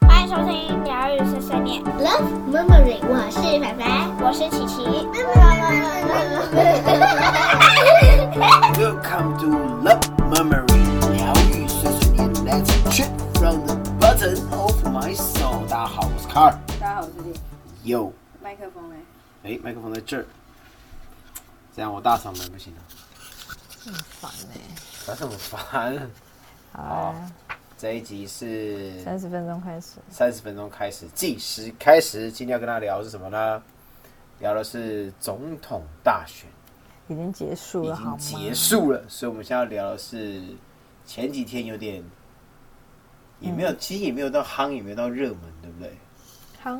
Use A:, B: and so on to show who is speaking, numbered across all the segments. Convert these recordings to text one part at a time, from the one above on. A: 收听疗愈碎碎念，
B: Love Memory，我是凡凡。
A: 我是 琪琪。
C: Welcome to Love Memory 疗愈碎碎念，Let's trip from the bottom of my soul。大家好，我是卡尔。
D: 大家好，我是丽。
C: Yo，
D: 麦克风哎、
C: 哎，麦克风在这儿。这样我大嗓门不行啊。很烦哎、烦什么烦？好，这一集是
D: 三十分钟开始，
C: 三十分钟开始计时开始。今天要跟大家聊的是什么呢？聊的是总统大选。
D: 已经结束
C: 已
D: 了好
C: 经
D: 吗？
C: 结束了，所以我们现在要聊的是前几天有点也
D: 嗯
C: 没有，其实也没有到夯，也没有到热门，对不对？
D: 好，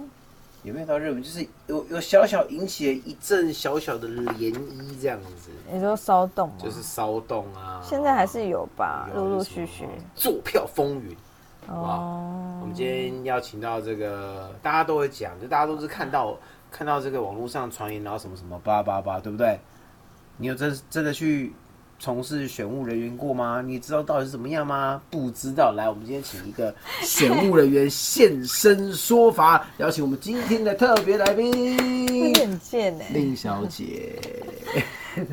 C: 也没有到热门，就是有有小小引起了一阵小小的涟漪，这样子，
D: 你说骚动吗？
C: 就是骚动啊。
D: 哦现在还是有吧，
C: 有
D: 陆陆续续。
C: 坐票风云，好不好？我
D: 哦，
C: 们今天邀请到这个，大家都会讲，就大家都是看到看到这个网络上传言，然后什么什么叭叭叭，对不对？你有真真的去从事选务人员过吗？你知道到底是怎么样吗？不知道。来，我们今天请一个选务人员现身说法，邀请我们今天的特别来宾
D: 你 很贱哎、
C: 令小姐。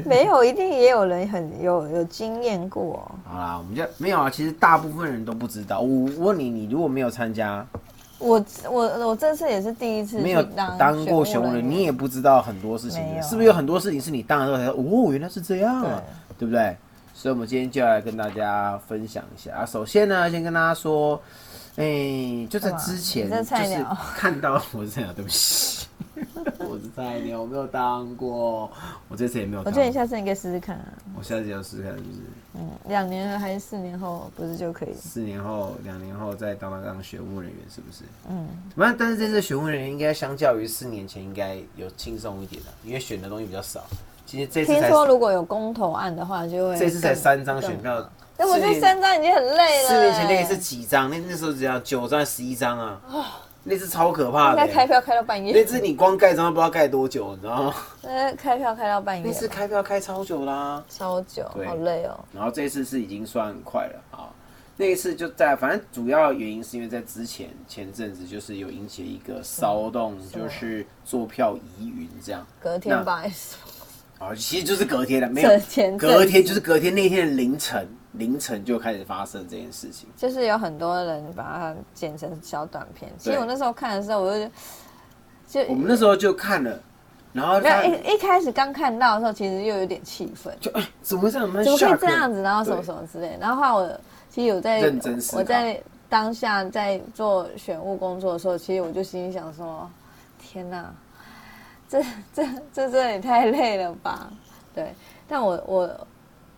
D: 没有，一定也有人很有有经验过。哦
C: 好啦，我们家没有啊，其实大部分人都不知道。我我问你，你如果没有参加，
D: 我我我这次也是第一次
C: 没有
D: 去嗯当
C: 当过
D: 选
C: 熊
D: 务
C: 人，
D: 员
C: 你也不知道很多事情
D: 没，有
C: 是不是有很多事情是你当了之后才说，哦，原来是这样啊，对不对？所以，我们今天就要来跟大家分享一下。啊、首先呢，先跟大家说，哎、就在
D: 干嘛
C: 之前，
D: 你在
C: 就
D: 菜
C: 是
D: 鸟
C: 看到我是菜鸟，对不起，我是菜鸟，我没有当过，我这次也没有
D: 我
C: 当
D: 觉得你下次应该试试看啊，
C: 我下次要试试看，就是
D: 嗯，两年了还是四年后不是就可以？
C: 四年后、两年后再当当学务人员，是不是？
D: 嗯，
C: 反正但是这次选务人员应该相较于四年前应该有轻松一点的、因为选的东西比较少。其实这次
D: 听
C: 才
D: 说如果有公投案的话，就会
C: 这次才
D: 更
C: 三张选，票，
D: 那我
C: 四
D: 这
C: 年
D: 三张已经很累了、
C: 四年前那
D: 哎
C: 个是几张？那那时候只要九张、十一张啊，那次超可怕
D: 哦应
C: 的、欸
D: 该开票开到半
C: 那
D: 夜，
C: 次你光盖章都不知道盖多久，你知道吗？
D: 呃，开票开到半
C: 那
D: 夜，
C: 次开票开超久啦、
D: 超久，
C: 对
D: 好累哦。
C: 然后这一次是已经算快了啊。那一次就在，反正主要原因是因为在之前前阵子就是有引起一个骚动，就是坐票疑云这样。
D: 隔天吧，还是
C: 啊，其实就是隔天了，没有
D: 前阵子
C: 隔天就是隔天那天的凌晨，凌晨就开始发生这件事情。
D: 就是有很多人把它剪成小短片。其实我那时候看的时候，我就就
C: 我们那时候就看了，然后
D: 没
C: 他
D: 有一一开始刚看到的时候，其实又有点气愤，
C: 就哎，怎么会这样？蛮
D: 怎么可以
C: shock
D: 这
C: 的
D: 样子，然后什么什么之类。然后后来我其实有在
C: 认真思考
D: 我在当下在做选务工作的时候，其实我就心里想说：天哪、这这这这也太累了吧？对，但我我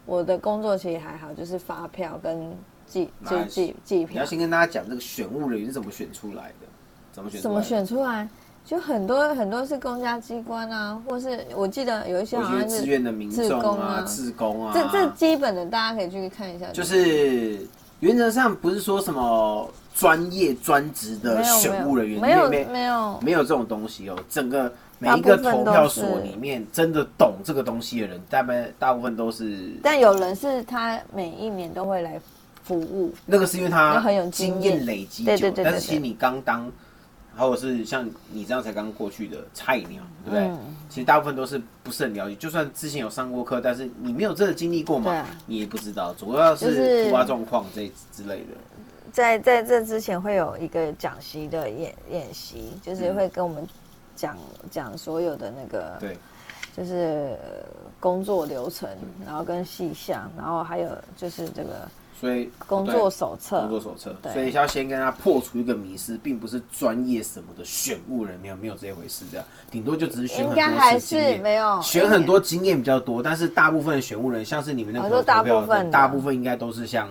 D: 我的工作其实还好，就是发票跟寄
C: 哪
D: 就
C: 里
D: 寄寄
C: 你要
D: 票，
C: 先跟大家讲这个选务人员是怎么选出来的，怎么选？
D: 怎么？选出来？就很多很多是公家机关啊，或是我记得有一些
C: 我
D: 好
C: 觉得
D: 像
C: 志
D: 是
C: 愿的民
D: 自
C: 众
D: 工
C: 啊，
D: 啊
C: 志工啊，
D: 这这基本的，大家可以去看一下。
C: 就是原则上不是说什么专业专职的
D: 没有
C: 选务人员，
D: 没有
C: 没
D: 没有没有
C: 没有这种东西哦。整个每一个投票所里面，真的懂这个东西的人，大半大部分都是，
D: 但有人是他每一年都会来服务，
C: 那个是因为他
D: 那很有
C: 经
D: 经验
C: 验累积
D: 对
C: 久
D: 对
C: 了，
D: 对对
C: 但是其实
D: 对
C: 你刚当。或者是像你这样才刚过去的菜鸟，对不对？
D: 嗯
C: 其实大部分都是不是很了解，就算之前有上过课，但是你没有真的经历过嘛，
D: 对啊
C: 你也不知道。主要
D: 就是是
C: 突发状况这之类的。
D: 在在这之前会有一个讲习的演演习，就是会跟我们讲讲所有的那个，
C: 嗯对，
D: 就是呃工作流程，然后跟细项，然后还有就是这个
C: 所以
D: 工
C: 对
D: 作手册
C: 工，作手册，
D: 对
C: 所以要先跟他破除一个迷思，并不是专业什么的选务人，没有没有这回事的，顶多就只是选很
D: 应
C: 多
D: 该还
C: 次经
D: 是
C: 验。
D: 没有
C: 选很多经验比较多，但是大部分的选务人，像是你们那
D: 我
C: 个
D: 说大
C: 投票
D: 部分
C: 的
D: 的
C: 大部分应该都是像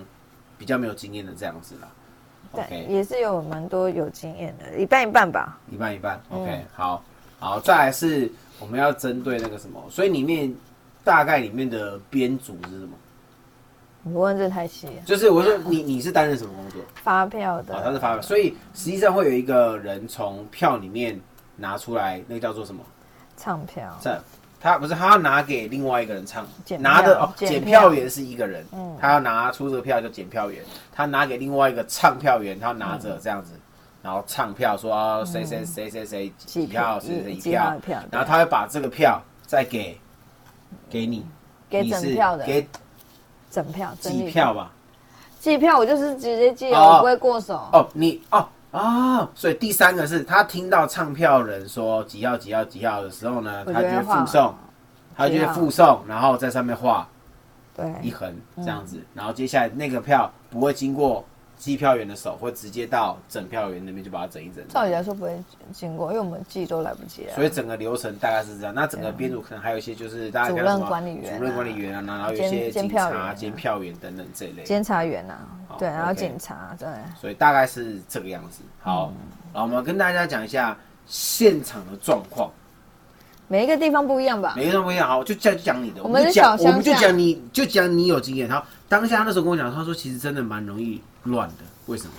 C: 比较没有经验的这样子啦。
D: 对，
C: OK，
D: 也是有蛮多有经验的，一半一半吧。
C: 一半一半。OK，好，
D: 嗯
C: 好，再来是我们要针对那个什么，所以里面大概里面的编组是什么？
D: 你问这太细了，
C: 就是我说你你是担任什么工作？
D: 发票的，
C: 哦，他是发表，所以实际上会有一个人从票里面拿出来，那个叫做什么？
D: 唱票，
C: 在他不是他要拿给另外一个人唱
D: 检，
C: 拿的
D: 票
C: 哦，
D: 检嗯
C: 检
D: 票
C: 票员是一个人，
D: 嗯
C: 他要拿出这个票叫检票员，他拿给另外一个唱票员，他拿着这样子，然后唱票说啊谁谁谁谁谁几票，谁谁谁一
D: 几号
C: 票
D: 一票，
C: 然后他会把这个票再给给你，
D: 给
C: 你
D: 整
C: 是
D: 票的
C: 给
D: 整票整
C: 几
D: 理
C: 票吧？
D: 计票，我就是直接计
C: 哦
D: 哦，我不会过手。
C: 哦，你哦哦，所以第三个是他听到唱票人说几号几号几号的时候呢，
D: 我
C: 他
D: 觉
C: 就
D: 得
C: 会
D: 画
C: 附送，他就
D: 几
C: 会
D: 号
C: 附送，然后在上面画一
D: 对，嗯
C: 横这样子，然后接下来那个票不会经过计票员的手，会直接到整票员那边就把它整一整。
D: 照理来说不会经过，因为我们记都来不及了。
C: 所以整个流程大概是这样。那整个编组可能还有一些就是大家
D: 主
C: 看到什
D: 任
C: 么
D: 管理员啊
C: 主任管理员啊，然后有一
D: 监
C: 些
D: 监
C: 警
D: 票员
C: 察、
D: 啊
C: 监票员等等这一类的。
D: 监察员啊，对，然后
C: OK
D: 警察，对，
C: 所以大概是这个样子。好，
D: 嗯
C: 然后我们跟大家讲一下现场的状况，
D: 每一个地方不一样吧？
C: 每个人不一样。好，就讲讲你的，
D: 我
C: 们
D: 们
C: 就是讲，
D: 小乡
C: 我们就
D: 下
C: 讲你，就讲你有经验。然后当下他那时候跟我讲，他说其实真的蛮容易乱的，为什么？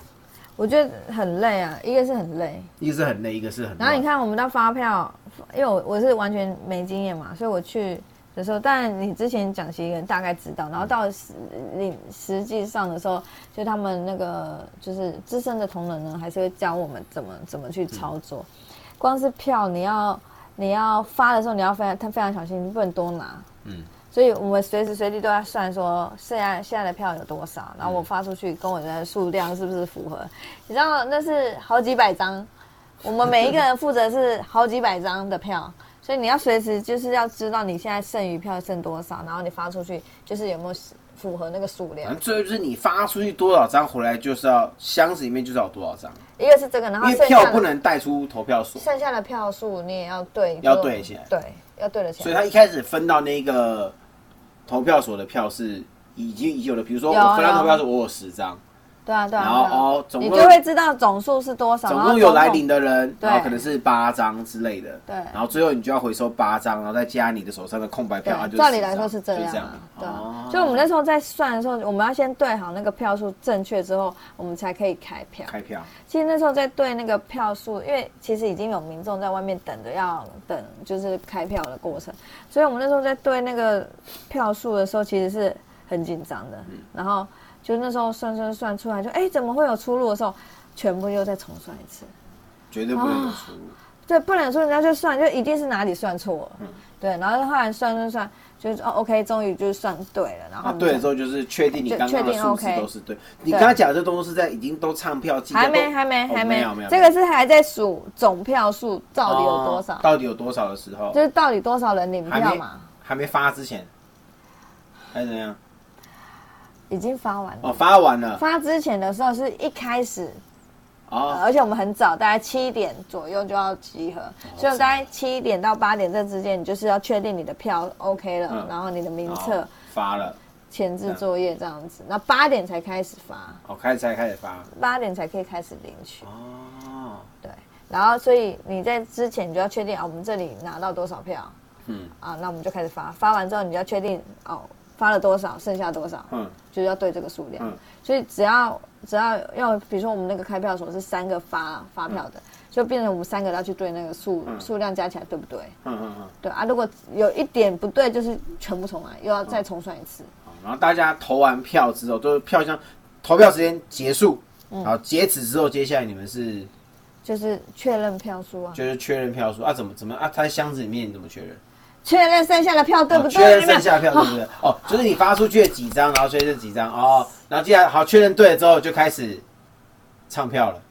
D: 我觉得很累啊，一个是很累，
C: 一个是很累，一个是很乱。
D: 然后你看我们到发票，因为我我是完全没经验嘛，所以我去的时候，但你之前讲习一个人大概知道，然后到实
C: 嗯
D: 你实际上的时候，就他们那个就是资深的同仁呢，还是会教我们怎么怎么去操作。光是票你要你要发的时候，你要非常他非常小心，你不能多拿。
C: 嗯
D: 嗯。所以我们随时随地都在算说现在现在的票有多少，然后我发出去跟我的数量是不是符合？你知道那是好几百张，我们每一个人负责是好几百张的票，所以你要随时就是要知道你现在剩余票剩多少，然后你发出去就是有没有符合那个数
C: 反
D: 量
C: 正。最后就是你发出去多少张，回来就是要箱子里面就是要有多少张，
D: 一个是这个，然后
C: 因为
D: 剩下
C: 票不
D: 的
C: 能带出投票所，
D: 剩下的票数你也要对，
C: 要
D: 就
C: 对起来
D: 对，要对得起
C: 所以
D: 来。
C: 他一开始分到那个投票所的票是已经已有的，比如说
D: 有啊
C: 我分
D: 有
C: 到
D: 啊
C: 投票所，我有十张，
D: 对啊，对啊。
C: 然后
D: 对啊
C: 哦总
D: 你
C: 共
D: 就会知道总数是多少，
C: 总
D: 然后
C: 共有来
D: 共
C: 领的人，
D: 对
C: 然后可能是八张之类的，
D: 对
C: 然后最后你就要回收八张，然后再加你的手上的空白票，啊，就是
D: 对，照理来
C: 10
D: 说
C: 张
D: 是这
C: 就
D: 样
C: 这
D: 啊，对啊
C: 哦。
D: 所以我们那时候在算的时候，我们要先对好那个票数正确之后，我们才可以开票。
C: 开票，
D: 其实那时候在对那个票数，因为其实已经有民众在外面等着要等，就是开票的过程，所以我们那时候在对那个票数的时候，其实是很紧张的。
C: 嗯
D: 然后就那时候算算算出来就，哎怎么会有出入的时候，全部又再重算一次。
C: 绝对不能有出入。
D: 对，不能说人家就算，就一定是哪里算错了。对，然后后来算算算，就是哦，OK，终于就是算对了，然后
C: 啊
D: 我，们
C: 对
D: 就
C: 的时候就是确定你
D: 就
C: 刚刚的
D: 确定
C: 数字
D: OK
C: 都是对。你刚才讲的这动作是在已经都唱票记
D: 还没
C: 都
D: 还没
C: 哦
D: 还
C: 有没有，
D: 这个是还在数总票数到底有多
C: 哦
D: 少，
C: 到底有多少的时候
D: 就，是到底多少人领
C: 还
D: 票
C: 没
D: 嘛，
C: 还没发之前，还是怎样？
D: 已经发完
C: 哦，
D: 了。
C: 发完了，
D: 发之前的时候是一开始，呃
C: 哦，
D: 而且我们很早，大概七点左右就要集合，所以大概七点到八点这之间，你就是要确定你的票 OK 了
C: 嗯，
D: 然后你的名
C: 然后
D: 册、
C: 发了，
D: 前置作业这样子，那八点才开始发。
C: 哦，开始才开始发，
D: 八点才可以开始领取，
C: 哦，
D: 对。然后，所以你在之前你就要确定啊，我们这里拿到多少票
C: 嗯
D: 啊，那我们就开始发。发完之后，你就要确定哦，发了多少，剩下多少，
C: 嗯，
D: 就是要对这个数量。
C: 嗯
D: 所以只要只要要，比如说我们那个开票所是三个发发票的，就变成我们三个要去对那个数、
C: 嗯
D: 数量加起来，对不对？
C: 嗯嗯嗯，
D: 对啊，如果有一点不对，就是全部重来，又要再重算一次。
C: 好然后大家投完票之后，都是票箱投票时间结束，
D: 嗯
C: 然后截止之后，接下来你们是
D: 就是确认票数啊，
C: 就是确认票数啊？怎么怎么啊？他在箱子里面你怎么确认？
D: 确认剩下的票对不
C: 哦
D: 对？
C: 确认
D: 有没有
C: 剩下票对不对？哦，就是你发出去的几张，然后确认几张哦，然后接下来好确认对了之后就开始唱票了，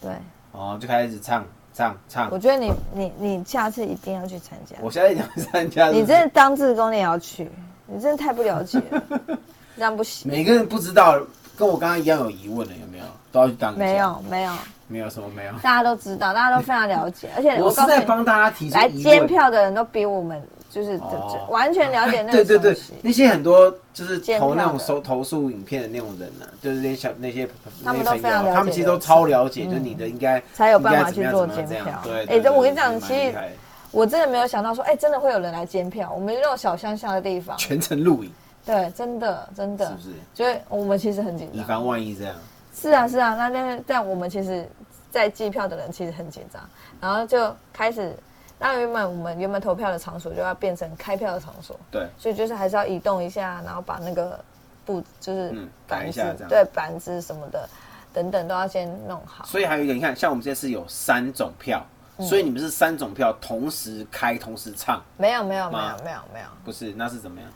D: 对，
C: 哦，就开始唱唱唱
D: 我。觉得你你你下次一定要去参加。
C: 我现在一定要参加是不是，
D: 你真的当志工你也要去，你真的太不了解了， 这样不行。
C: 每个人不知道，跟我刚刚一样有疑问的有没有？都要去当一下
D: 没有，没有，
C: 没有什么没有。
D: 大家都知道，大家都非常了解，而且
C: 我
D: 我
C: 是
D: 告诉
C: 在
D: 你，
C: 帮大家提出
D: 来
C: 疑
D: 监
C: 问。
D: 票的人都比我们就是这
C: 哦
D: 这完全了啊 解那
C: 对
D: 个
C: 对对
D: 东西，，
C: 那些很多就是
D: 监
C: 投那
D: 票
C: 种
D: 的
C: 投投诉影片的那种人呢、就是那些小那些
D: 他们
C: 那
D: 都
C: 些
D: 非常
C: 朋友啊
D: 了解
C: 他们其实都
D: 流程
C: 超了解，就是你的应该
D: 嗯才有办法
C: 应该
D: 去
C: 怎么样怎
D: 做
C: 么样
D: 监
C: 这样
D: 票。
C: 对，
D: 哎，
C: 对
D: 这
C: 对
D: 我跟你
C: 对
D: 讲，
C: 蛮
D: 其
C: 厉
D: 实哦
C: 害的
D: 我真的没有想到说，哎，真的会有人来监票。我们那种小乡下的地方，
C: 全程录影
D: 对，真的真
C: 是
D: 的
C: 不，是？
D: 就是我们其实很紧
C: 以
D: 张。
C: 防万一这样，
D: 是啊，是啊，那但但我们其实，在计票的人其实很紧张，然后就开始，那原本我们原本投票的场所就要变成开票的场所，
C: 对，
D: 所以就是还是要移动一下，然后把那个布就是
C: 嗯
D: 板
C: 摆一
D: 子、
C: 下这样
D: 对板子什么的等等都要先弄好。
C: 所以还有一个，你看，像我们这次有三种票，
D: 嗯
C: 所以你们是三种票同时开、同时唱，
D: 没有没有没
C: 吗
D: 有没有没有，
C: 不是？那是怎么样？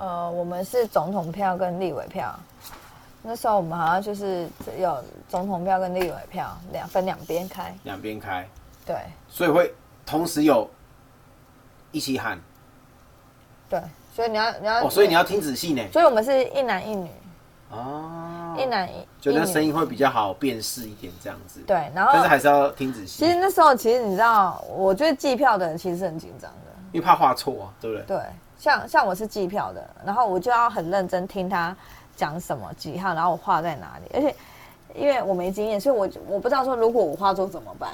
D: 呃，我们是总统票跟立委票。那时候我们好像就是有总统票跟立委票两分两边开，
C: 两边开，
D: 对
C: 所以会同时有一起喊
D: 对，所以你要你要、
C: 哦，所以你要，听仔细呢。
D: 所以我们是一男一女，
C: 哦，
D: 一男一
C: 就那
D: 一女
C: 声音会比较好辨识一点，这样子。
D: 嗯对，，然后
C: 但是还是要听仔细
D: 其，实那时候，其实你知道，我觉得计票的人其实很紧张的。
C: 因为怕画错啊，对不对？
D: 对，像像我是计票的，然后我就要很认真听他讲什么几号，然后我画在哪里。而且因为我没经验，所以我我不知道说如果我画错怎么办，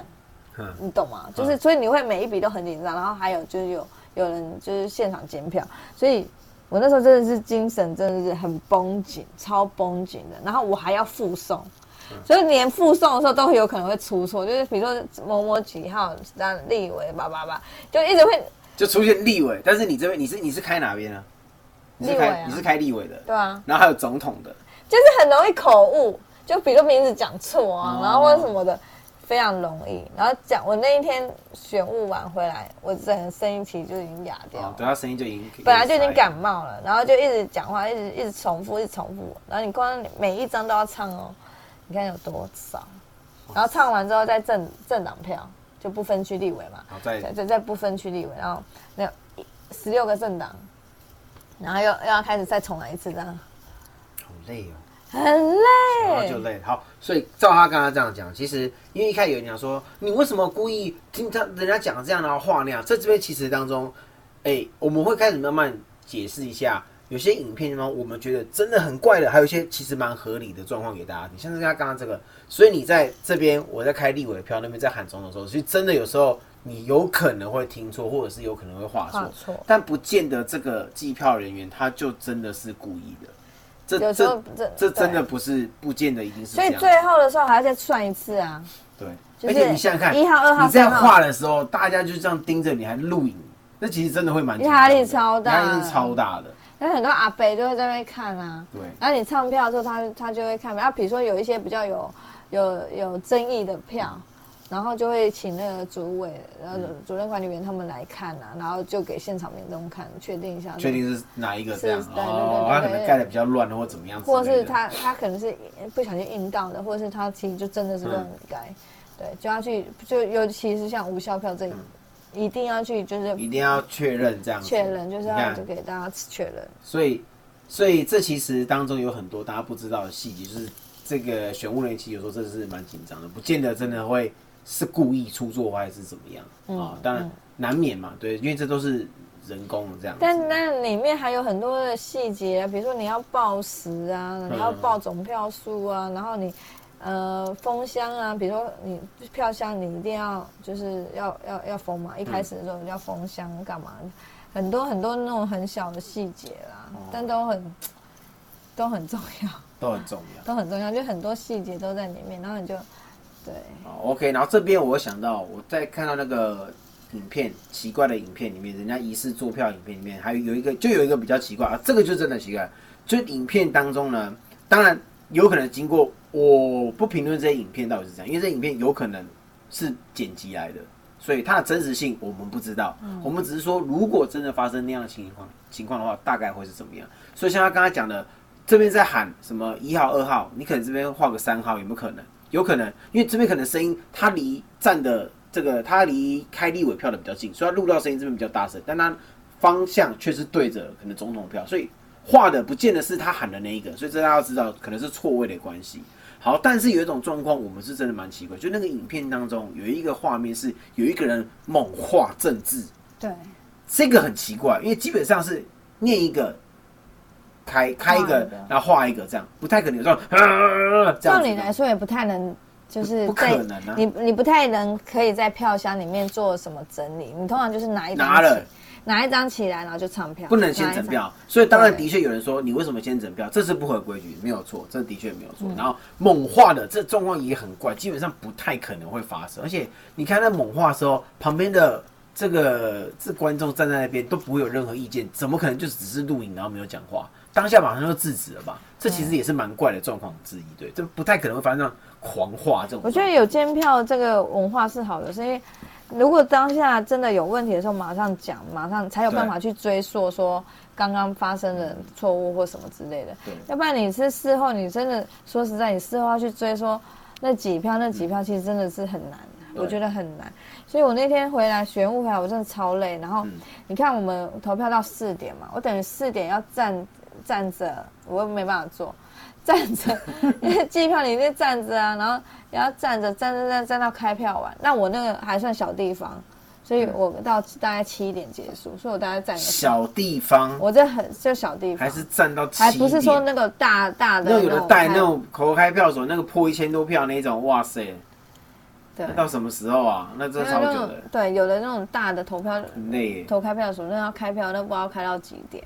C: 嗯
D: 你懂吗？就是所以你会每一笔都很紧张，然后还有就是有有人就是现场监票，所以。我那时候真的是精神真的是很绷紧，超绷紧的。然后我还要附送，
C: 嗯
D: 所以连附送的时候都会有可能会出错，就是比如说某某几号，那立委叭叭叭，就一直会
C: 就出现立委，但是你这边你是你是开哪边啊？你是
D: 立委
C: 开、
D: 啊
C: 你是开立委的，
D: 对啊，
C: 然后还有总统的，
D: 就是很容易口误，就比如说名字讲错啊，
C: 哦
D: 然后或者什么的，非常容易。然后讲我那一天选务完回来，我整个声音其实就已经哑掉了
C: 哦，。对他声音就已经
D: 本啊来就已经感冒了，然后就一直讲话，一直一直重复，一直重复。然后你光每一张都要唱哦，你看有多少？然后唱完之后再政政党票，就不分区立委嘛，
C: 好再
D: 对对，在不分区立委，然后那十六个政党，然后又又要开始再重来一次，这样
C: 好累哦。
D: 很
C: 然后就
D: 累。
C: 累。好，呃所以照他刚刚这样讲，其实因为一开始有人讲说，你为什么故意听他人家讲这样然后话那样，在这边其实当中，哎、我们会开始慢慢解释一下。有些影片呢，我们觉得真的很怪的，还有一些其实蛮合理的状况给大家听，像是他刚刚这个。哎所以你在这边，我在开立委票，那边在喊总统的时候，其实真的有时候你有可能会听错，或者是有可能会画
D: 画
C: 错
D: 错，
C: 但不见得这个计票人员他就真的是故意的。这
D: 有时候
C: 这这
D: 这
C: 真的
D: 对
C: 不是不见得一定是这
D: 所以
C: 样。
D: 最后的时候还要再算一次啊，
C: 对，
D: 就
C: 而
D: 是
C: 且你想想看，
D: 一号二号
C: 你这样
D: 三号
C: 画的时候，大家就这样盯着你，还录影，那其实真的会蛮紧张的
D: 压力超大
C: 压力是超大的。
D: 有很多阿伯就会在那边看啊。
C: 对
D: 然后你唱票的时候，他他就会看，然后啊比如说有一些比较有有有争议的票，然后就会请那个主委、然后
C: 嗯
D: 主任管理员他们来看啊，然后就给现场民众看，确定一下，
C: 确，定是哪一个这样
D: 嗯是对对对
C: 哦，他可
D: 对
C: 能
D: 对
C: 盖的比较乱，或怎么样之类的，
D: 或者是他他可能是不小心印到的，或者是他其实就真的是乱改，
C: 嗯
D: 对，就要去就尤其是像无效票这一，一定要去就是
C: 一定要确认这样子
D: 确认，就是
C: 你
D: 要
C: 看
D: 就给大家确认。
C: 所以，所以这其实当中有很多大家不知道的细节，就是这个选务人员其实有时候真的是蛮紧张的，不见得真的会是故意出错还是怎么样啊、当
D: 嗯
C: 然难免嘛，对，因为这都是人工的这样子。
D: 但那里面还有很多的细节啊，比如说你要报时啊，你要报总票数啊，然后你呃封箱啊，比如说你票箱你一定要就是要要要封嘛，一开始的时候要封箱干嘛？很多很多那种很小的细节啦，但都很都很重要，
C: 都很重要。
D: 都很重要，就很多细节都在里面，然后你就对
C: 好 OK，然后这边我想到，我在看到那个影片，奇怪的影片里面，人家疑似做票影片里面，还有有一个，就有一个比较奇怪啊，这个就真的奇怪。就影片当中呢，当然有可能经过，我不评论这些影片到底是怎样，因为这些影片有可能是剪辑来的，所以它的真实性我们不知道。我们只是说，如果真的发生那样的情况情况的话，大概会是怎么样。所以像他刚才讲的，这边在喊什么一号、二号，你可能这边画个三号，有没有可能？有可能，因为这边可能声音它离站的这个它离开立委票的比较近，所以它录到声音这边比较大声，但它方向却是对着可能总统票，所以画的不见得是他喊的那一个，所以这大家要知道可能是错位的关系。好，但是有一种状况，我们是真的蛮奇怪，就那个影片当中有一个画面是有一个人猛画政治，
D: 对
C: 这个很奇怪，因为基本上是念一个，开开一
D: 画
C: 个
D: 一个，
C: 然后画一个，这样不太可能有这种啊这样
D: 照
C: 子
D: 理
C: 的
D: 来说也不太能，就是
C: 不不
D: 在
C: 可能啊
D: 你你不太能可以在票箱里面做什么整理，你通常就是拿一张
C: 拿了
D: 起拿一张起来，然后就唱票，
C: 不能先
D: 拿一
C: 整
D: 张
C: 票，，所以当然
D: 对
C: 的确有人说你为什么先整票，这是不合规矩，没有错，这的确没有错。然后猛化的这状况也很怪，基本上不太可能会发生，而且你看在猛化的时候，旁边的这个这观众站在那边都不会有任何意见，怎么可能就只是录影然后没有讲话？当下马上就制止了吧？这其实也是蛮怪的状况之一，对，这不太可能会发生这样狂化这种。
D: 我觉得有监票这个文化是好的，是因为如果当下真的有问题的时候，马上讲，马上才有办法去追溯说刚刚发生的错误或什么之类的
C: 对。
D: 要不然你是事后，你真的说实在，你事后要去追说那几票那几票，其实真的是很难。
C: 对
D: 我觉得很难，所以我那天回来玄武回来，我真的超累。
C: 嗯
D: 然后你看，我们投票到四点嘛，我等于四点要站站着，我又没办法坐， 站 着，因为机票里面站着啊，然后也要站着，站站站站到开票完。那我那个还算小地方，所
C: 嗯
D: 以我到大概七点结束，所以我大概站一个小，
C: 小地方
D: 我这很就小地方，
C: 还是站到七
D: 还哎不是说
C: 点
D: 那个大大的
C: 那有的带那
D: 开
C: 种口开票所那个破一千多票那种，哇塞，
D: 对
C: 那到什么时候啊？那真的
D: 还
C: 超
D: 有那
C: 久
D: 种
C: 的，
D: 对有的那种大的投票
C: 很累耶。
D: 投开票所，那要开票那不知道开到几点。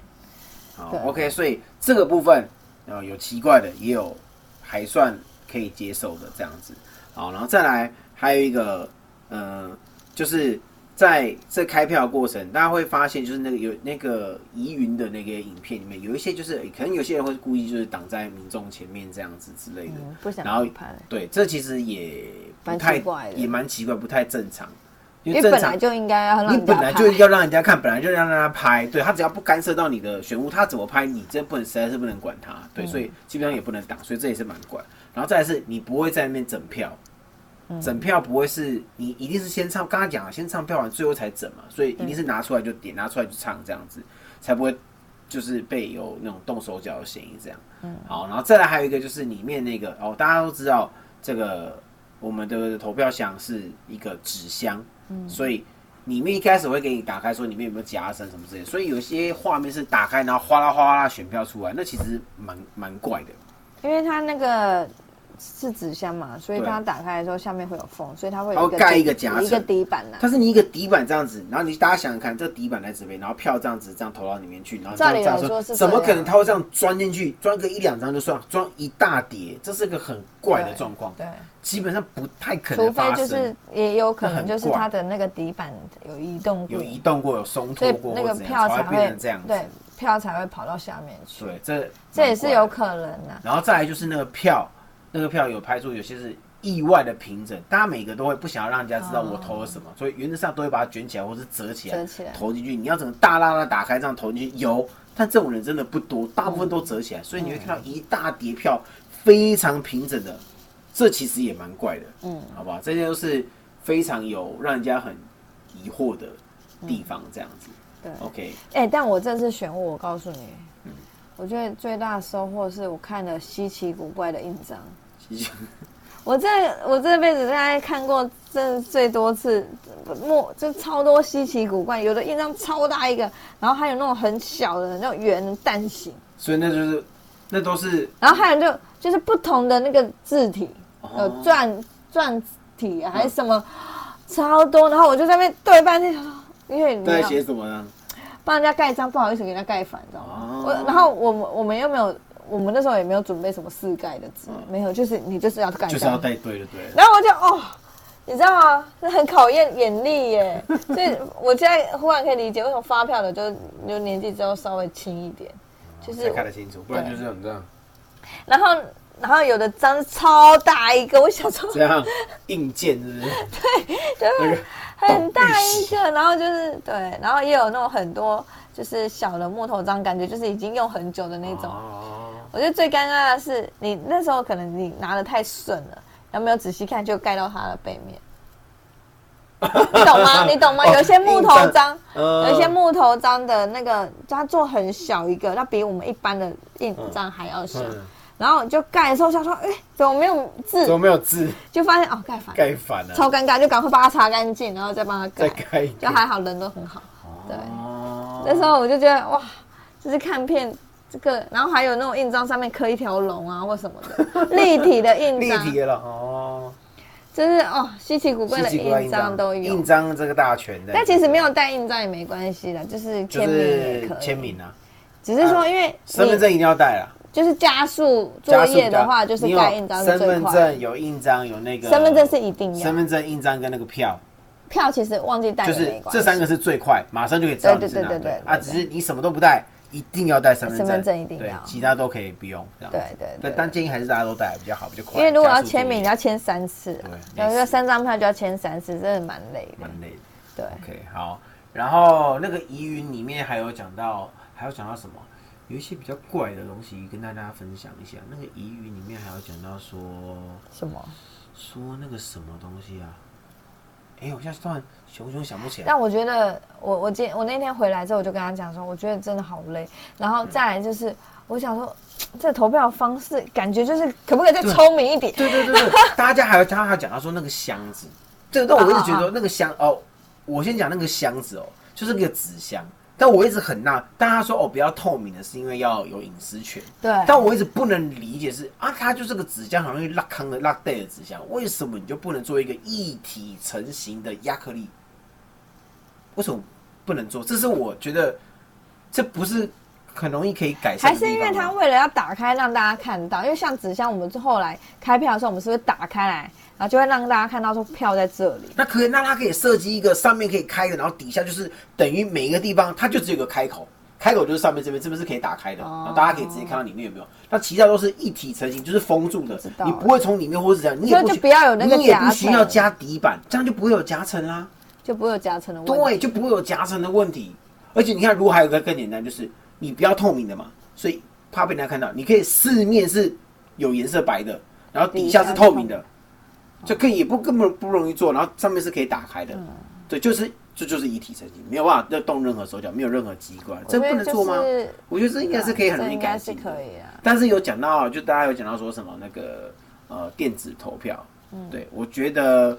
C: 好
D: 对
C: ，OK，所以这个部分，呃，有奇怪的，也有还算可以接受的这样子。好，然后再来还有一个，呃，就是在这开票的过程，大家会发现，就是那个有那个疑云的那个影片里面，有一些就是可能有些人会故意就是挡在民众前面这样子之类的。
D: 嗯，不想
C: 然后
D: 拍，
C: 对，这其实也不
D: 蛮
C: 太
D: 奇怪的
C: 也蛮奇怪，不太正常。因
D: 因为本来就应该要让
C: 你
D: 人家
C: 本来
D: 拍
C: 就要让人家看，本来就让人家拍，对他只要不干涉到你的选物，他怎么拍你真不能，实在是不能管他，
D: 嗯
C: 对，所以基本上也不能挡，所以这也是蛮怪。然后再来是你不会在那边整票，
D: 嗯
C: 整票不会是你一定是先唱，刚刚讲了先唱票完最后才整嘛，所以一定是拿出来就点，拿出来就唱这样子，才不会就是被有那种动手脚的嫌疑这样。
D: 嗯
C: 好，然后再来还有一个就是里面那个哦，大家都知道这个我们的投票箱是一个纸箱，
D: 嗯
C: 所以里面一开始会给你打开说里面有没有夹生什么之类的，所以有些画面是打开然后哗啦哗啦选票出来，那其实蛮蛮怪的。
D: 因为它那个是纸箱嘛，所以
C: 对
D: 它打开的时候下面会有缝，所以它会
C: 它
D: 有
C: 会盖
D: 底
C: 一个夹层
D: 一个底板啊呐、
C: 但是你一个底板这样子，然后你大家想想看，这个底板在这边，然后票这样子这样投到里面去，然后这样
D: 照理
C: 这样
D: 来说是这
C: 怎么可能
D: 样
C: 他会这样钻进去，钻个一两张就算，装一大叠，这是个很怪的
D: 对
C: 状况，
D: 对，
C: 基本上不太可
D: 除
C: 能
D: 非
C: 发
D: 就
C: 生。
D: 是也有可
C: 那
D: 能
C: 很
D: 就是
C: 怪
D: 它的那个底板有移动过，
C: 有移动过，有松
D: 所
C: 脱
D: 以
C: 过，
D: 那
C: 或
D: 个
C: 怎样
D: 票
C: 才
D: 才
C: 会变
D: 会
C: 成这样子。
D: 对票才会跑到下面去，
C: 对，这
D: 这也是有
C: 可。
D: 可能啊呐、
C: 然后再来就是那个票，那个票有拍出有些是意外的平整，大家每个都会不想要让人家知道我投了什么，所以原则上都会把它卷起来或是折起来，
D: 嗯折起来
C: 投进去。你要整个大拉拉打开这样投进去有，但这种人真的不多，大部分都折起
D: 嗯
C: 来，所以你会看到一大叠票非常平整的，这其实也蛮怪的，嗯，好不好？这些都是非常有让人家很疑惑的地方，这样子。
D: 嗯对
C: OK，
D: 哎、但我这次选物，我告诉你，我觉得最大的收获是我看了稀奇古怪的印章。
C: 谢谢。
D: 我这我这辈子大概看过这最多次，莫就超多稀奇古怪，有的印章超大一个，然后还有那种很小的那种圆的蛋形，
C: 所以那就是，那都是
D: 然后还有就就是不同的那个字体，有
C: 哦
D: 篆篆体啊还是什么，超多。然后我就在那边对半天，因为你
C: 都在
D: 知道
C: 写什么呢？
D: 帮人家盖章，不好意思给人家盖反，你知道吗
C: 哦？
D: 我然后我们我们又没有，我们那时候也没有准备什么试盖的纸，没有，就是你就是要盖
C: 嗯就是要
D: 章。
C: 带队，就对了。
D: 然后我就哦，你知道吗？这很考验眼力耶。所以我现在忽然可以理解为什么发票的就就年纪之后稍微轻一点，就是
C: 才哦看得清楚，不然就是很这样
D: 然后然后有的章是超大一个，我小时候
C: 这样硬件是不是？
D: 就是
C: 个
D: 很大一个，然后就是对，然后也有那种很多就是小的木头章，感觉就是已经用很久的那种。
C: 哦，
D: 我觉得最尴尬的是，你那时候可能你拿的太顺了，然后没有仔细看，就盖到它的背 面。你懂吗？你懂吗？
C: 哦
D: 有一些木头章，
C: 呃
D: 有一些木头章的那个，它做很小一个，它比我们一般的印章还要小。
C: 嗯
D: 然后就盖的时候想说，哎、怎么没有
C: 怎么
D: 字？
C: 没有字
D: 就发现哦，盖反了，
C: 盖反了？
D: 超尴尬，就赶快把它擦干净，然后再帮它
C: 再
D: 盖。
C: 盖一
D: 就
C: 个。
D: 还好，人都很好。对
C: 哦
D: 那时候我就觉得哇，就是看片这个，然后还有那种印章上面刻一条龙啊或什么的，立体的 印
C: 立
D: 章，
C: 体了哦，
D: 就是哦稀奇古怪的
C: 稀奇古怪
D: 印章都有
C: 印。章这个大全的。
D: 但其实没有带印章也没关系的，就是
C: 就
D: 签名也
C: 是
D: 可以。
C: 签名啊，
D: 只是说因为
C: 身份证
D: 你
C: 一定要带啦。
D: 就是加速
C: 加
D: 作
C: 速
D: 业的
C: 带
D: 话，就是
C: 你有
D: 盖印章是
C: 身
D: 最
C: 份
D: 快的。
C: 证有印章有那个
D: 身份证是一定要
C: 身份证印章跟那个票，
D: 票其实忘记带
C: 就
D: 也
C: 是
D: 没关系。
C: 这三个是最快，马上就可以知道你
D: 对
C: 是
D: 对
C: 哪
D: 对对
C: 队
D: 对
C: 啊。
D: 对
C: 只是你什么都不带，一定要带身份证，
D: 身份证一定要
C: 对其他都可以不用。这样子
D: 对对对
C: 但但建议还是大家都带比较好，比较快。
D: 因为如果
C: 加
D: 要
C: 速作
D: 签
C: 业
D: 名，你要签三次啊，
C: 对嗯
D: 有一
C: 累
D: 个
C: 死
D: 三张票就要签三次，真的蛮累的
C: 蛮。累的。
D: 对，
C: OK，好。然后那个疑云里面还有讲到，还有讲到什么？有一些比较怪的东西跟大家分享一下。那个疑云里面还有讲到说，
D: 什么？
C: 说那个什么东西啊？哎，我现在突然熊熊想不起来。
D: 但我觉得我我今我那天回来之后，我就跟他讲说，我觉得真的好累。然
C: 嗯
D: 后再来就是，我想说，这投票方式感觉就是可不可以再聪明一点？
C: 对对对 对，大家还有他还有讲到说那个箱子，这个但我一直
D: 啊
C: 觉得说那个箱哦，我先讲那个箱子哦，就是那个纸箱。但我一直很纳，但他说哦不要透明的是因为要有隐私权，
D: 对，
C: 但我一直不能理解是啊，它就是个纸箱，很容易拉康的拉带的纸箱，为什么你就不能做一个一体成型的亚克力？为什么不能做？这是我觉得这不是很容易可以改善
D: 还
C: 的
D: 是
C: 地
D: 因为
C: 方啊
D: 他
C: 吗。
D: 为了要打开让大家看到，因为像纸箱，我们是后来开票的时候，我们是不是打开来，然后就会让大家看到说票在这里？
C: 那可以，那它可以设计一个上面可以开的，然后底下就是等于每一个地方它就只有一个开口，开口就是上面这边，这边是可以打开的，
D: 哦
C: 然后大家可以直接看到里面有没有。那其他都是一体成型，就是封住的
D: 知，道了
C: 你不会从里面或是怎样，你也不
D: 所以就
C: 需
D: 不要有哦那个
C: 你也
D: 夹
C: 不
D: 层
C: 需要加底板，这样就不会有夹层啊啦、
D: 就不会有夹层的问题。
C: 对，就不会有夹层的问题。而且你看，如果还有一个更简单，就是你不要透明的嘛，所以怕被人家看到，你可以四面是有颜色白的，然后底下是透明的，就可以也不根本不容易做，然后上面是可以打开的，
D: 嗯
C: 对，就是这就是一体成型，没有办法要动任何手脚，没有任何机关，
D: 我
C: 这
D: 觉
C: 不
D: 得
C: 能做吗？
D: 就是
C: 我觉得这应该是可以很容易
D: 这应
C: 改
D: 该是
C: 进的
D: 可以啊。
C: 但是有讲到，就大家有讲到说什么那个呃电子投票，
D: 嗯
C: 对我觉得，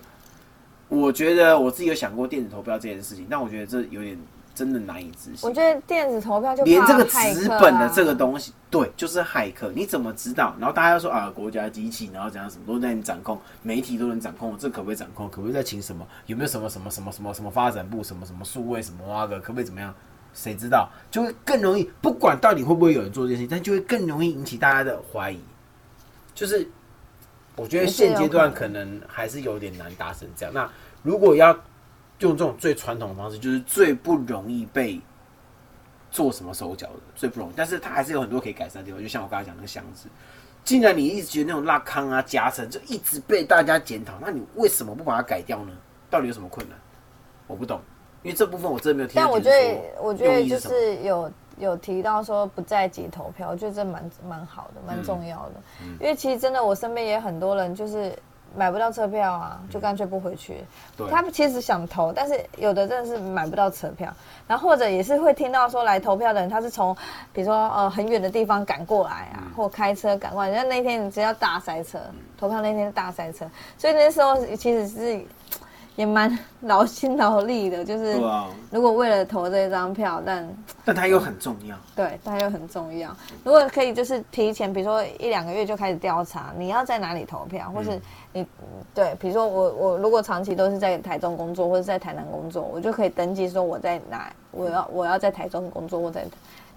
C: 我觉得我自己有想过电子投票这件事情，但我觉得这有点真的难以置信
D: 我。觉得电子投票就
C: 连
D: 怕
C: 这个
D: 骇
C: 纸
D: 客啊
C: 本的这个东西，对，就是骇客，你怎么知道？然后大家又说啊，国家机器，然后怎样，什么都在你掌控，媒体都能掌控，这可不可以掌控？可不可以再请什么？有没有什么什么什么什么什么发展部，什么什么数位什么那个，可不可以怎么样？谁知道？就会更容易，不管到底会不会有人做这件事情，但就会更容易引起大家的怀疑。就是我觉得现阶段可能还是有点难达成这样。那如果要用这种最传统的方式，就是最不容易被做什么手脚的，最不容易。但是它还是有很多可以改善的地方，就像我刚才讲那个箱子，既然你一直觉得那种拉康啊、夹层就一直被大家检讨，那你为什么不把它改掉呢？到底有什么困难？我不懂，因为这部分我真的没有听
D: 但
C: 到
D: 我
C: 解
D: 觉
C: 说。
D: 得，我觉
C: 用
D: 得
C: 意
D: 就是
C: 什么
D: 是有有提到说不在籍投票，我觉得这蛮蛮好的，
C: 嗯
D: 蛮重要的。因为其实真的，我身边也很多人就是买不到车票啊，就干脆不回去。
C: 嗯对
D: 他们其实想投，但是有的真的是买不到车票，然后或者也是会听到说来投票的人，他是从比如说呃很远的地方赶过来啊，
C: 嗯
D: 或开车赶过来。那那天只要大塞车，投票那天是大塞车，所以那时候其实是也蛮 劳心劳力的，就是
C: 对啊，
D: 如果为了投这一张票，但
C: 但它又很重要。
D: 对，但又很重要。如果可以，就是提前，比如说一两个月就开始调查，你要在哪里投票，或
C: 嗯
D: 是你对，比如说我我如果长期都是在台中工作，或者在台南工作，我就可以登记说我在哪，我要我要在台中工作，或在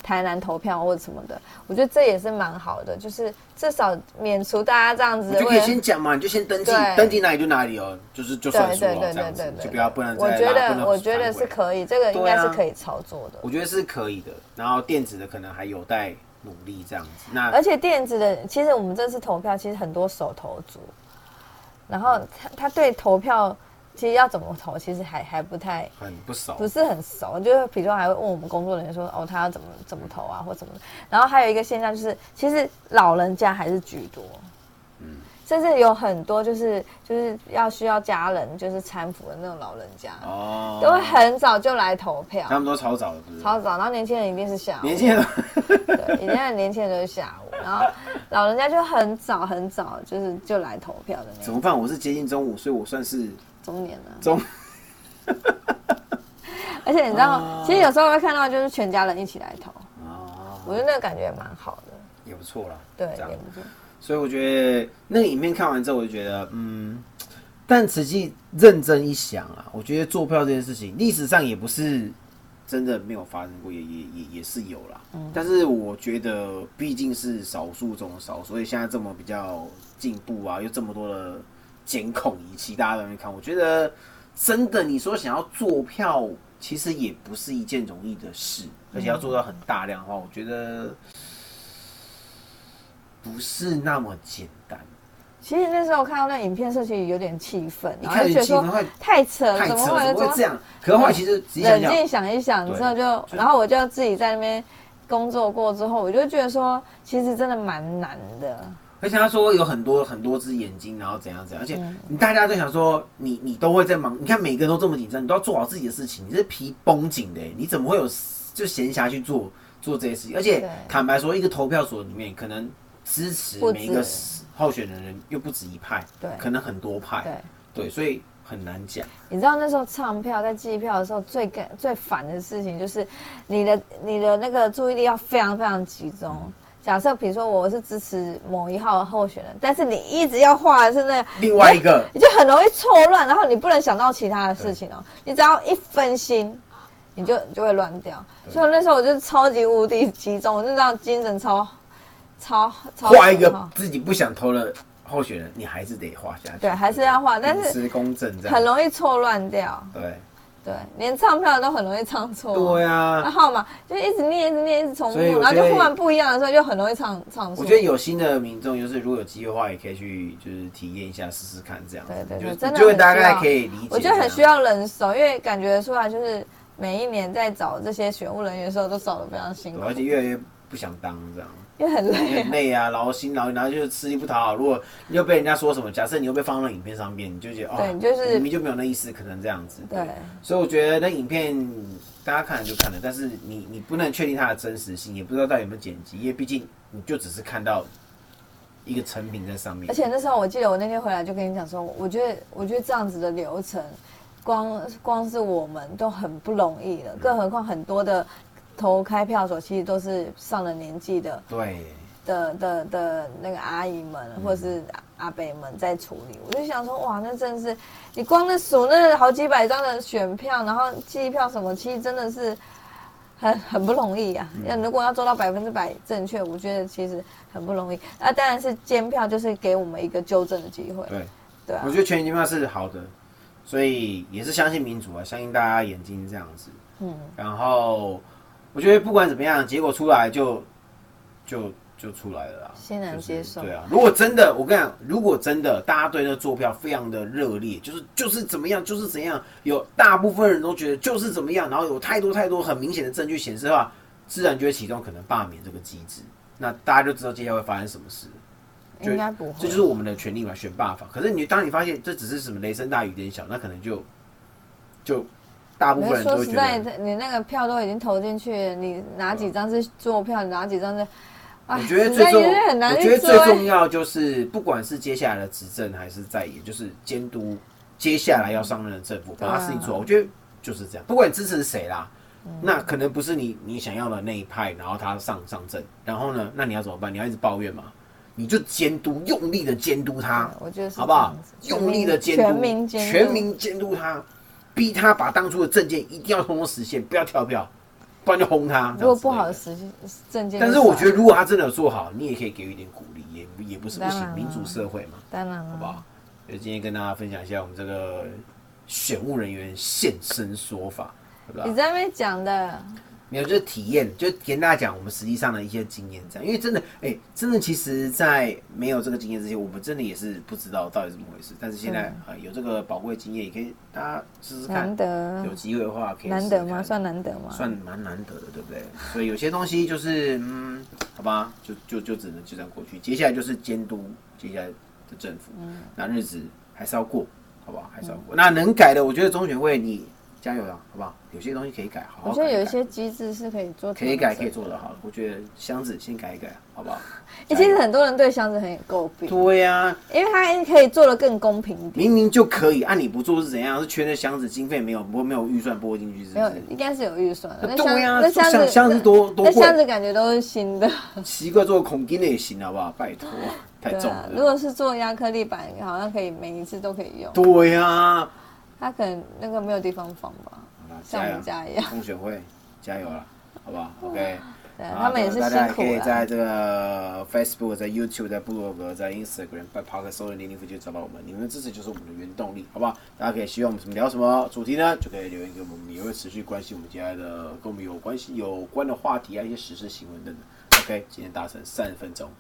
D: 台南投票或者什么的。我觉得这也是蛮好的，就是至少免除大家这样子
C: 你就可
D: 为
C: 以
D: 了
C: 先讲嘛，你就先登记
D: 对，
C: 登记哪里就哪里哦，就是就算
D: 对
C: 数了
D: 对对
C: 啊这样
D: 对
C: 子
D: 对，
C: 就
D: 对，
C: 不要不能
D: 我
C: 再
D: 觉
C: 拉不能
D: 得我觉得
C: 反悔
D: 是可以，这个应该
C: 对
D: 是
C: 啊
D: 可以操作的。
C: 我觉得是可以的。然后电子的可能还有待努力这样子。那
D: 而且电子的，其实我们这次投票，其实很多手投族，然后他他对投票其实要怎么投，其实还还不太
C: 很不熟，
D: 不是很熟，就是比如说还哎会问我们工作人员说，哦，他要怎么怎么投啊，或怎么的。然后还有一个现象就是，其实老人家还是居多，甚至有很多就是就是要需要家人就是搀扶的那种老人家，
C: 哦，
D: 都会很早就来投票，
C: 他们都超早的，不是？
D: 超早。然后年轻人一定是下午，
C: 年轻人，
D: 对，以前的年轻人都是下午，然后老人家就很早很早，就是就来投票的那
C: 怎
D: 种
C: 么办？我是接近中午，所以我算是
D: 中年了。
C: 中。
D: 而且你知
C: 啊
D: 道，其实有时候会看到就是全家人一起来投，
C: 哦，
D: 我觉得那个感觉也蛮好的，
C: 也不错啦。
D: 对，
C: 这样
D: 也不错。
C: 所以我觉得那个影片看完之后，我就觉得，嗯，但实际认真一想啊，我觉得做票这件事情，历史上也不是真的没有发生过，也也也也是有啦。但是我觉得毕竟是少数中的少数，所以现在这么比较进步啊，又这么多的监控仪器，大家都能看，我觉得真的你说想要做票，其实也不是一件容易的事，而且要做到很大量的话，我觉得不是那么简单。
D: 其实那时候看到那影片的时候，其实有点气愤，
C: 一
D: 然后
C: 开
D: 就
C: 始
D: 觉得
C: 气氛
D: 说
C: 会
D: 太扯了，
C: 太扯
D: 呃怎
C: 了，
D: 么会
C: 怎么会这
D: 样？
C: 样？可是后来其实仔细想
D: 冷
C: 想，
D: 静想一想
C: 对
D: 之后就，
C: 就
D: 然后我就自己在那边工作过之后，我就觉得说，其实真的蛮难的。
C: 而且他说有很多很多只眼睛，然后怎样怎样，而且
D: 嗯
C: 你大家都想说你你都会在忙，你看每个人都这么紧张，你都要做好自己的事情，你这皮绷紧的欸，你怎么会有就闲暇去做做这些事情？而且
D: 对
C: 坦白说，一个投票所里面可能支持
D: 不止
C: 每一个候选人的人又不止一派，
D: 对
C: 可能很多派，
D: 对，
C: 对，所以很难讲。
D: 你知道那时候唱票在计票的时候最干最烦的事情就是，你的你的那个注意力要非常非常集中。假设比如说我是支持某一号的候选人，但是你一直要画的是那个
C: 另外一个
D: 你就很容易错乱，然后你不能想到其他的事情哦。你只要一分心，你就你就会乱掉。
C: 对
D: 所以那时候我就超级无敌集中，我就这样精神超超超
C: 画一个
D: 好
C: 自己不想投的候选人，你还是得画下去，
D: 对，还是要画，但
C: 饮
D: 是
C: 食公正这样，
D: 很容易错乱掉。
C: 对
D: 对，连唱票都很容易唱错。
C: 对啊
D: 然。后嘛，就一直念，一直念，一直重复，
C: 所以我
D: 然后
C: 觉
D: 就
C: 得
D: 忽然不一样的时候，就很容易唱唱错。
C: 我觉得有新的民众，就是如果有机会的话，也可以去就是体验一下，试试看这样子。
D: 对对
C: 你就
D: 对真的
C: 你就会
D: 很
C: 大
D: 需
C: 概
D: 要
C: 可以理啊解。
D: 我觉得很需。要人手，因为感觉出来就是每一年在找这些选务人员的时候，都找的非常辛
C: 对
D: 苦，
C: 而且越来越不想当这样，
D: 因为很
C: 因
D: 累
C: 为
D: 啊
C: 很。累啊，劳心劳力，然后就是吃力不讨好。如果你又被人家说什么，假设你又被放到影片上面，你就觉得哦，
D: 对你就是
C: 明明就没有那意思，可能这样子。
D: 对，
C: 所以我觉得那影片大家看了就看了，但是你你不能确定它的真实性，也不知道到底有没有剪辑，因为毕竟你就只是看到一个成品在上面。
D: 而且那时候我记得我那天回来就跟你讲说，我觉得我觉得这样子的流程，光光是我们都很不容易了，更何况很多的投开票所其实都是上了年纪的
C: 对，
D: 的的的那个阿姨们
C: 嗯
D: 或是阿伯们在处理，我就想说，哇，那真是你光那数那好几百张的选票，然后计票什么，其实真的是很很不容易啊。
C: 嗯
D: 那、如果要做到百分之百正确，我觉得其实很不容易。那、当然是监票，就是给我们一个纠正的机会。
C: 对
D: 对啊
C: 我，觉得全民金票是好的，所以也是相信民主啊，相信大家眼睛这样子。
D: 嗯，
C: 然后我觉得不管怎么样，结果出来就就就出来了啦，
D: 欣然接受
C: 就是对啊，如果真的，我跟你讲，如果真的大家对那坐票非常的热烈，就是就是怎么样，就是怎样，有大部分人都觉得就是怎么样，然后有太多太多很明显的证据显示的话，自然就会启动可能罢免这个机制。那大家就知道接下来会发生什么事。就
D: 应该不会。
C: 这就是我们的权利嘛，选办法。可是你当你发现这只是什么雷声大雨点小，那可能就就大部
D: 可
C: 分
D: 是
C: 人都会
D: 说实
C: 觉
D: 在
C: 得，
D: 的，你那个票都已经投进去，你哪几张是坐票，你哪几张是？哎
C: 我觉得
D: 实
C: 最
D: 在
C: 重，
D: 也是很难
C: 我
D: 去
C: 觉得最
D: 追
C: 重要就是，不管是接下来的执政还是在野，就是监督接下来要上任的政府，把
D: 啊嗯
C: 他事情做好。我觉得就是这样，不管你支持谁啦。那可能不是你你想要的那一派，然后他上上阵，然后呢，那你要怎么办？你要一直抱怨吗？你就监督，用力的监督他。
D: 我觉得是
C: 好不好
D: 这样子？全
C: 用
D: 民
C: 力的监督，
D: 全民监督，
C: 全民监督他，逼他把当初的证件一定要通通实现，不要跳票，不然就轰他。
D: 如果不好
C: 这样
D: 的
C: 之
D: 实证件，
C: 类的，但是我觉得如果他真的有做好，你也可以给予一点鼓励，也也不是不
D: 当然啊
C: 行，
D: 啦
C: 民主社会嘛，
D: 当然啊了，
C: 好不好？所以今天跟大家分享一下我们这个选务人员现身说法，好不好
D: 你？在那边讲的，
C: 没有，就是体验，就跟大家讲我们实际上的一些经验，这样。因为真的，哎、真的，其实，在没有这个经验之前，我们真的也是不知道到底是怎么回事。但是现在啊、呃有这个宝贵经验，也可以大家试试看。
D: 嗯难得
C: 有机会的话，可以
D: 难
C: 试
D: 得
C: 试
D: 吗？
C: 看
D: 算难得吗？
C: 算蛮难得的，对不对？所以有些东西就是，嗯，好吧，就就就只能就这样过去。接下来就是监督接下来的政府，
D: 嗯
C: 那日子还是要过，好不好？还是要过。那能改的，我觉得中选会你加油啦，好不好？有些东西可以改，好好
D: 我觉得
C: 改
D: 有一
C: 改
D: 些机制是可以做，
C: 可以改，可以。做得好。我觉得箱子先改一改，好不好？
D: 哎，其实很多人对箱子很有诟病，
C: 对呀、
D: 因为它可以做的更公平一点。
C: 明明就可以，按、啊你不做是怎样？是缺那箱子经费没有，不没有预算拨进去，是不
D: 没有
C: 是，？
D: 应该是有预算的。那箱
C: 对呀、
D: 那
C: 箱
D: 箱子
C: 箱子多多
D: 那箱
C: 贵，
D: 子感觉都是新的，
C: 奇怪，做孔金的也行，好不好？拜托，太
D: 嗯对
C: 重
D: 啊。
C: 了。
D: 如果是做亚克力板，好像可以每一次都可以用。
C: 对啊呀、
D: 它可能那个没有地方放吧，
C: 好啦
D: 像我
C: 加油
D: 们家一样。
C: 中选会加油啦，好不好？OK，
D: 对啊
C: 然后
D: 他们也是
C: 大
D: 辛
C: 家也
D: 苦
C: 可以在
D: 了。
C: 这个 Facebook、在 YouTube、在部落格、在 Instagram、在 p o c k e t 搜索零零夫就找到我们。你们的支持就是我们的原动力，好不好？大家可以希望我们什么聊什么主题呢，就可以留言给我们，我们也会持续关心我们接下来的跟我们有关系有关的话题啊，一些时事新闻等等。OK，今天达成三十分钟，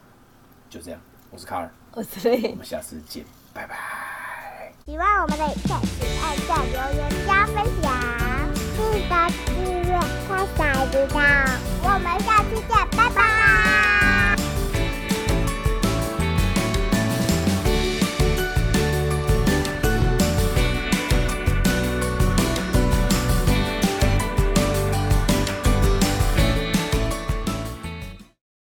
C: 就这样。我是卡尔，
D: 我所以
C: 我们下次见，拜拜。
A: 喜欢我们的影片，请按赞、留言、加分享，记得订阅、开小铃铛。我们下期见，拜拜